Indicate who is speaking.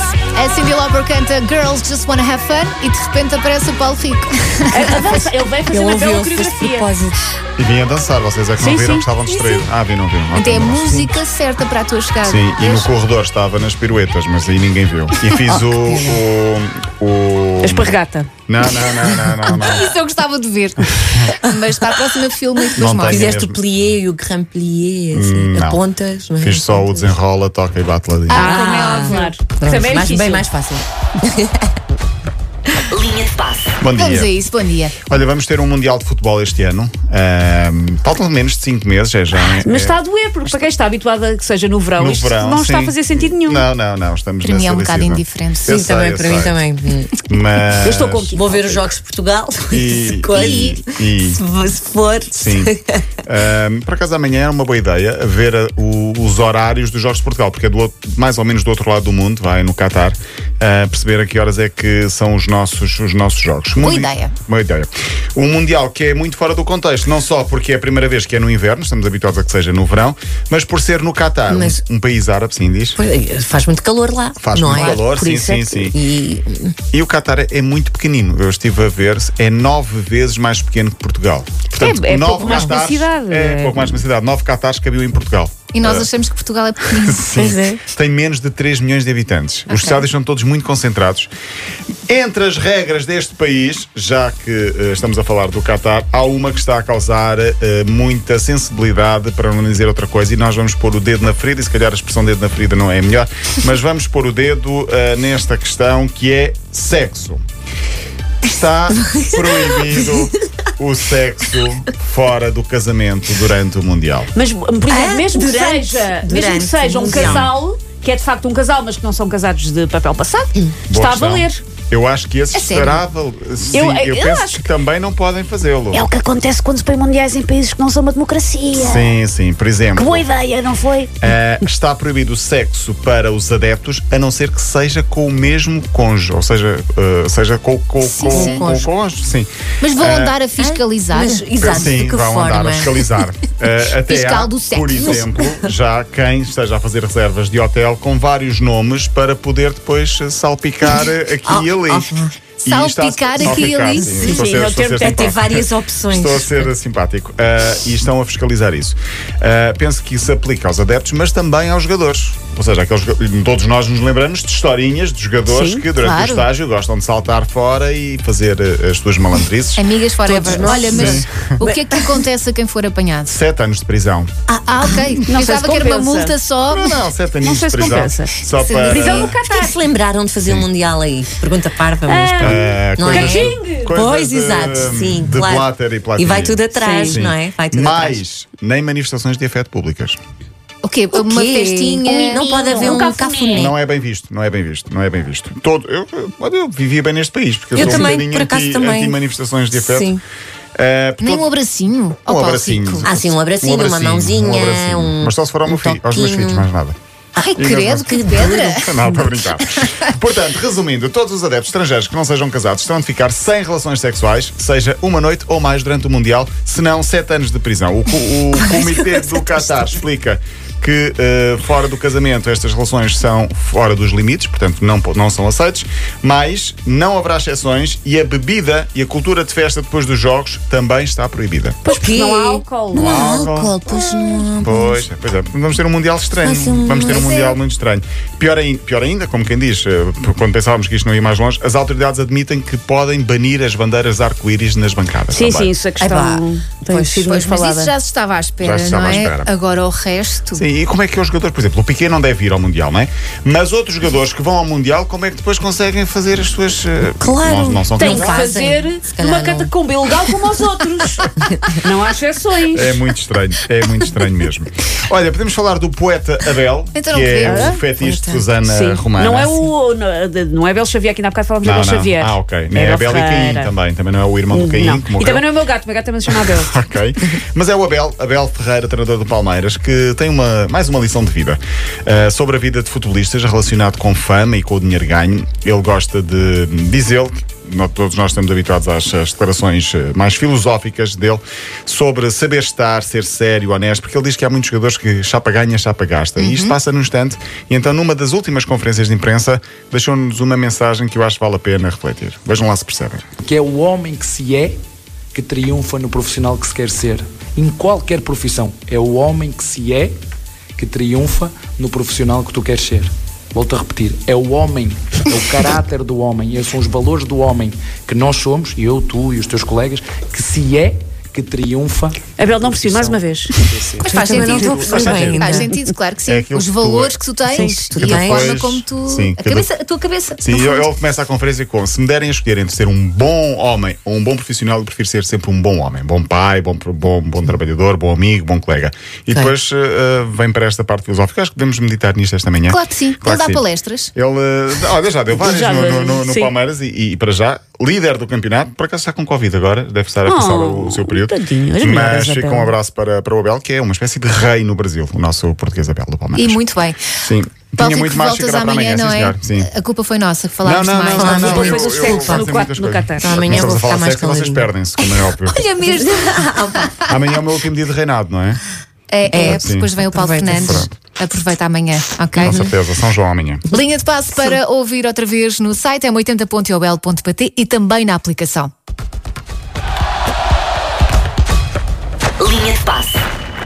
Speaker 1: A É Cindy Lauper canta Girls Just Wanna Have Fun e de repente aparece o Paulo Rico.
Speaker 2: A, a dança, ele veio fazer
Speaker 3: Ele
Speaker 2: uma bela
Speaker 3: ouviu-se de
Speaker 2: coreografia.
Speaker 3: propósito.
Speaker 4: E vinha dançar, vocês é que não
Speaker 2: Sim,
Speaker 4: viram
Speaker 2: sim,
Speaker 4: que estavam
Speaker 2: sim, Então
Speaker 4: distraídos. Ah, vi, não viram. Ok,
Speaker 1: Até é a
Speaker 4: não gosto.
Speaker 1: música certa para a tua chegada.
Speaker 4: Sim, e no
Speaker 1: Vês?
Speaker 4: corredor estava nas piruetas, mas aí ninguém viu. E fiz o. o, o...
Speaker 2: A esparregata.
Speaker 4: Não, não, não, não, não. não.
Speaker 1: Isso é eu gostava de ver. Mas para a próxima filme e depois
Speaker 4: Não
Speaker 1: mais.
Speaker 4: tenho.
Speaker 3: Fizeste o
Speaker 4: mesmo.
Speaker 3: plié e o grand plié,
Speaker 4: Hum,
Speaker 3: assim,
Speaker 4: não.
Speaker 3: apontas, é não é?
Speaker 4: Fiz só o desenrola, toca e bate lá dentro.
Speaker 1: Ah, como é óbvio.
Speaker 2: claro.
Speaker 3: Pronto,
Speaker 2: Também é
Speaker 3: mais-
Speaker 2: difícil.
Speaker 3: bem mais fácil.
Speaker 5: Linha de passe.
Speaker 4: Bom
Speaker 1: Vamos a
Speaker 4: dia.
Speaker 1: isso, bom dia.
Speaker 4: Olha, vamos ter um Mundial de Futebol este ano. Ahm, faltam menos de 5 meses, é já. é-
Speaker 2: Ah, Mas
Speaker 4: é-
Speaker 2: está a doer, porque para quem está habituado a que seja no verão,
Speaker 4: No
Speaker 2: isto
Speaker 4: verão,
Speaker 2: não está a
Speaker 4: sim.
Speaker 2: fazer sentido nenhum.
Speaker 4: Não, não, não. Estamos
Speaker 1: Para mim é um
Speaker 4: nessa
Speaker 1: bocado
Speaker 4: decisão.
Speaker 1: indiferente.
Speaker 4: Eu
Speaker 1: Sim,
Speaker 3: Sim, também,
Speaker 4: sei,
Speaker 3: para
Speaker 4: eu
Speaker 3: mim
Speaker 4: sei.
Speaker 3: também. Hum.
Speaker 4: Mas...
Speaker 2: Eu estou contigo.
Speaker 3: Vou ver os Jogos de Portugal.
Speaker 4: E,
Speaker 3: coisa.
Speaker 4: e, e-
Speaker 3: Se se for.
Speaker 4: sim. Ahm, por acaso amanhã era uma boa ideia ver a- o- os horários dos Jogos de Portugal, porque é do outro- mais ou menos do outro lado do mundo, vai no Qatar, ah, perceber a que horas é que são os nossos, os nossos jogos.
Speaker 1: Boa
Speaker 4: Mundi-
Speaker 1: ideia.
Speaker 4: Boa ideia. Um Mundial que é muito fora do contexto, não só porque é a primeira vez que é no inverno, estamos habituados a que seja no verão, mas por ser no Qatar, um-
Speaker 3: Mas-
Speaker 4: um, país árabe, sim, diz.
Speaker 3: Pois, é, Faz muito calor lá.
Speaker 4: Faz
Speaker 3: não
Speaker 4: muito
Speaker 3: é?
Speaker 4: calor,
Speaker 3: Por
Speaker 4: sim,
Speaker 3: isso é que-
Speaker 4: sim, sim.
Speaker 3: E
Speaker 4: E o Qatar é- é muito pequenino. Eu estive a ver, é nove vezes mais pequeno que Portugal. Portanto,
Speaker 2: É- é
Speaker 4: nove
Speaker 2: pouco mais uma
Speaker 4: Qatares-
Speaker 2: cidade,
Speaker 4: É,
Speaker 2: é.
Speaker 4: pouco mais uma cidade. Nove Qatares cabiam em Portugal.
Speaker 1: E nós achamos que Portugal é pequenino.
Speaker 4: eh, Sim.
Speaker 3: Pois é.
Speaker 4: Tem menos de 3 milhões de habitantes. Os estádios são todos muito concentrados. Entre as regras deste país, já que eh, estamos a falar do Qatar, há uma que está a causar eh, muita sensibilidade, para não dizer outra coisa, e nós vamos pôr o dedo na ferida, e se calhar a expressão dedo na ferida não é a melhor, mas vamos pôr o dedo eh, nesta questão que é sexo. Está proibido o sexo fora do casamento durante o Mundial.
Speaker 2: Mas, por exemplo,
Speaker 3: Ah,
Speaker 2: mesmo, que
Speaker 3: durante-
Speaker 2: seja, mesmo
Speaker 3: durante
Speaker 2: que seja um
Speaker 3: o verão.
Speaker 2: casal, que é de facto um casal, mas que não são casados de papel passado,
Speaker 4: Boa
Speaker 2: está a
Speaker 4: questão.
Speaker 2: valer.
Speaker 4: Eu acho que esse
Speaker 1: É sério?
Speaker 4: estará a valer. Sim, eu,
Speaker 2: Eu- eu
Speaker 4: penso
Speaker 2: acho
Speaker 4: que também não podem fazê-lo.
Speaker 6: É o que acontece quando se põe mundiais em países que não são uma democracia.
Speaker 4: Sim, sim. Por exemplo,
Speaker 6: Boa ideia, não foi?
Speaker 4: eh, está proibido o sexo para os adeptos, a não ser que seja com o mesmo cônjuge, ou seja, eh, seja com, com,
Speaker 1: Sim,
Speaker 4: com-
Speaker 1: sim.
Speaker 4: com o cônjuge. Sim.
Speaker 1: Mas vão
Speaker 4: Ah,
Speaker 1: andar a fiscalizar.
Speaker 3: Mas, exato,
Speaker 4: Sim,
Speaker 3: de que
Speaker 4: vão andar
Speaker 3: forma?
Speaker 4: a fiscalizar. Eh, até
Speaker 1: Fiscal
Speaker 4: há,
Speaker 1: do sexo.
Speaker 4: Por exemplo, já quem esteja a fazer reservas de hotel com vários nomes para poder depois eh, salpicar eh, aqui e ali. E está-
Speaker 1: Oh, Salpicar aqui e ali.
Speaker 4: sim,
Speaker 1: Sim,
Speaker 4: estou a
Speaker 3: sim,
Speaker 4: ser-
Speaker 3: é o
Speaker 4: estou a
Speaker 3: termo
Speaker 4: ser
Speaker 3: que tem
Speaker 4: simpático.
Speaker 3: várias opções.
Speaker 4: Estou a ser simpático. Ah, e estão a fiscalizar isso. Ah, penso que isso aplica aos adeptos, mas também aos jogadores. Ou seja, aqueles, jo- todos nós nos lembramos de historinhas de jogadores
Speaker 2: Sim,
Speaker 4: que durante
Speaker 1: claro.
Speaker 4: o estágio gostam de saltar fora e fazer eh, as suas malandrizes.
Speaker 1: Amigas forever.
Speaker 3: nós.
Speaker 1: Olha, mas
Speaker 4: Sim.
Speaker 1: o que é que acontece a quem for apanhado?
Speaker 4: Sete anos de prisão.
Speaker 1: Ah, ok.
Speaker 2: Não sei
Speaker 1: Pensava
Speaker 2: se
Speaker 1: que era uma
Speaker 2: compensa.
Speaker 1: multa só.
Speaker 4: Não, não, sete anos
Speaker 2: Não sei
Speaker 4: de
Speaker 2: se
Speaker 4: prisão.
Speaker 2: compensa.
Speaker 4: Só
Speaker 1: Sim.
Speaker 4: para.
Speaker 2: Prisão no
Speaker 3: Porquê que
Speaker 2: Catar.
Speaker 3: se lembraram de fazer um Mundial aí? Pergunta parva, mas. pronto.
Speaker 4: eh,
Speaker 3: Não é?
Speaker 4: coisas-
Speaker 2: Caching!
Speaker 4: coisas
Speaker 3: pois,
Speaker 4: de-
Speaker 3: exato, sim,
Speaker 4: de
Speaker 3: claro.
Speaker 4: Blatter e
Speaker 3: e
Speaker 4: Platini.
Speaker 3: vai tudo atrás,
Speaker 4: Sim.
Speaker 3: não é? Vai tudo atrás.
Speaker 4: Mas nem manifestações de afeto públicas.
Speaker 1: O quê? Uma
Speaker 3: Quê?
Speaker 1: festinha.
Speaker 3: Não pode haver um, cafuné.
Speaker 4: Não é bem visto, não é bem visto, não é bem visto. Todo, eu, eu- olha, eu vivia bem neste país, porque eu,
Speaker 3: Eu
Speaker 4: sou
Speaker 3: também,
Speaker 4: um bocadinho
Speaker 3: por acaso,
Speaker 4: anti,
Speaker 3: também.
Speaker 4: manifestações de afeto.
Speaker 3: Sim.
Speaker 4: Eh, por
Speaker 1: Nem
Speaker 4: todo-
Speaker 1: um abracinho. Ó,
Speaker 4: um
Speaker 1: Paulo
Speaker 4: abracinho.
Speaker 1: Rico.
Speaker 3: Ah, sim, um abracinho, uma mãozinha, um-
Speaker 4: Mas só se for ao meu
Speaker 3: um
Speaker 4: filho, aos meus
Speaker 3: toquinho.
Speaker 4: filhos, mais nada.
Speaker 1: Ai,
Speaker 4: E
Speaker 1: credo,
Speaker 4: mesmo-
Speaker 1: que pedra.
Speaker 4: Não, para brincar. Portanto, resumindo, todos os adeptos estrangeiros que não sejam casados estão de ficar sem relações sexuais, seja uma noite ou mais durante o Mundial, senão sete anos de prisão. O, co- o Comitê do Qatar explica que eh, fora do casamento estas relações são fora dos limites, portanto não, po- não são aceites, mas não haverá exceções e a bebida e a cultura de festa depois dos jogos também está proibida.
Speaker 3: Pois porque
Speaker 2: Não há álcool.
Speaker 3: Não há
Speaker 4: álcool.
Speaker 3: álcool, pois não.
Speaker 4: Pois, pois é, vamos ter um Mundial estranho.
Speaker 3: Vai ser um-
Speaker 4: Vamos ter um
Speaker 3: vai ser-
Speaker 4: Mundial muito estranho. Pior ainda, pior ainda, como quem diz, eh, quando pensávamos que isto não ia mais longe, as autoridades admitem que podem banir as bandeiras arco-íris nas bancadas.
Speaker 2: Sim, sim,
Speaker 4: também.
Speaker 2: isso a
Speaker 3: Ai, pá.
Speaker 2: questão tem
Speaker 3: Pois,
Speaker 2: sido
Speaker 1: Pois,
Speaker 2: muito
Speaker 1: mas
Speaker 2: falada.
Speaker 1: isso já se estava à espera,
Speaker 4: Já se estava
Speaker 1: não
Speaker 4: à
Speaker 1: é?
Speaker 4: espera.
Speaker 1: Agora o resto.
Speaker 4: Sim, e como é que os jogadores, por exemplo, o Piquet não deve ir ao Mundial, não é? Mas outros jogadores que vão ao Mundial, como é que depois conseguem fazer as suas. eh,
Speaker 3: Claro.
Speaker 4: Não, não são
Speaker 2: Tem
Speaker 4: tão
Speaker 2: que
Speaker 3: Não fazem.
Speaker 2: fazer
Speaker 3: Se calhar
Speaker 2: numa
Speaker 3: não.
Speaker 2: catacumba ilegal como aos outros. não há exceções.
Speaker 4: É muito estranho, é muito estranho mesmo. Olha, podemos falar do poeta Abel,
Speaker 1: Então não
Speaker 4: que é
Speaker 1: podemos.
Speaker 4: o fetiche de
Speaker 3: Poeta.
Speaker 4: Susana
Speaker 2: Sim.
Speaker 4: Romana.
Speaker 2: Não é o. Não, de- não é Abel Xavier, que ainda há bocado falávamos de
Speaker 4: assim?
Speaker 2: Abel
Speaker 4: Não, não.
Speaker 2: Xavier.
Speaker 4: Ah, ok. É Abel e Caim
Speaker 2: Ferreira.
Speaker 4: também. Também não é o irmão do Caim.
Speaker 2: Não.
Speaker 4: que morreu.
Speaker 2: E também não é o meu gato, o meu gato também se chama Abel.
Speaker 4: Ok. Mas é o Abel, Abel Ferreira, treinador do Palmeiras, que tem uma, mais uma lição de vida uh, sobre a vida de futebolistas relacionado com fama e com o dinheiro ganho. Ele gosta de, diz ele, nó- todos nós estamos habituados às, às declarações eh, mais filosóficas dele sobre saber estar, ser sério, honesto, porque ele diz que há muitos jogadores que chapa ganha, chapa gasta. E isto passa num instante. E então, numa das últimas conferências de imprensa, deixou-nos uma mensagem que eu acho que vale a pena refletir. Vejam lá se percebem.
Speaker 5: que é o homem que se é que triunfa no profissional que se quer ser. Em qualquer profissão, é o homem que se é que triunfa no profissional que tu queres ser. Volto a repetir, é o homem, é o caráter do homem, esses são os valores do homem que nós somos, eu, tu e os teus colegas, que se é que triunfa.
Speaker 2: Abel, não percebi, mais uma vez.
Speaker 1: Mas faz
Speaker 3: Eu também não
Speaker 1: sentido.
Speaker 3: estou a perceber bem ainda.
Speaker 1: Faz sentido, claro que sim.
Speaker 4: É aquilo
Speaker 1: Os
Speaker 4: que tu-
Speaker 1: valores que tu tens
Speaker 3: tu
Speaker 1: e a
Speaker 3: tens.
Speaker 1: forma
Speaker 4: Depois-
Speaker 1: como tu.
Speaker 4: sim,
Speaker 1: a,
Speaker 4: cada-
Speaker 1: cabeça, a tua cabeça.
Speaker 4: Sim,
Speaker 1: no
Speaker 4: eu-
Speaker 1: fundo.
Speaker 4: ele começa a conferência com: se me derem a escolher entre ser um bom homem ou um bom profissional, eu prefiro ser sempre um bom homem. Bom pai, bom, pro- bom, bom trabalhador, bom amigo, bom colega. E depois eh, vem para esta parte filosófica. Acho que devemos meditar nisto esta manhã.
Speaker 1: Claro que sim. Ele dá palestras.
Speaker 4: Ele eh, olha, já deu várias
Speaker 2: Já
Speaker 4: no,
Speaker 2: deu,
Speaker 4: no- no- no
Speaker 2: sim.
Speaker 4: Palmeiras e, e para já, líder do campeonato. Por acaso está com Covid agora, deve estar a
Speaker 2: Oh,
Speaker 4: passar o, o seu período.
Speaker 2: tadinho, as melhoras,
Speaker 4: Mas fica
Speaker 2: Abel.
Speaker 4: um abraço para, para o Abel, que é uma espécie de rei no Brasil, o nosso português Abel do Palmeiras.
Speaker 1: E muito bem.
Speaker 4: Sim.
Speaker 1: Paulo,
Speaker 4: Tinha
Speaker 1: Rico,
Speaker 4: muito mais
Speaker 1: voltas
Speaker 4: ficará para
Speaker 1: amanhã,
Speaker 4: amanhã,
Speaker 1: não
Speaker 4: sim,
Speaker 1: é?
Speaker 4: senhor. Sim.
Speaker 1: A culpa foi nossa, que falámos mais.
Speaker 3: não, não,
Speaker 1: foi
Speaker 2: depois
Speaker 1: nossa.
Speaker 2: o sexo no quarto- no Qatar.
Speaker 3: Amanhã
Speaker 4: Amanhã
Speaker 3: vou
Speaker 4: vou falar
Speaker 3: ficar mais
Speaker 4: sexo, vocês
Speaker 3: caladinha.
Speaker 4: perdem-se, como é óbvio.
Speaker 1: Olha mesmo.
Speaker 4: Amanhã é o meu último dia de reinado, não é?
Speaker 1: É, é,
Speaker 4: Sim.
Speaker 1: depois vem o Paulo
Speaker 3: Aproveita.
Speaker 1: Fernandes. Aproveita amanhã, ok?
Speaker 4: Com certeza, São João amanhã.
Speaker 1: Linha de passo para ouvir outra vez no site é 80.obel.pt e também na aplicação.
Speaker 7: Linha de passe.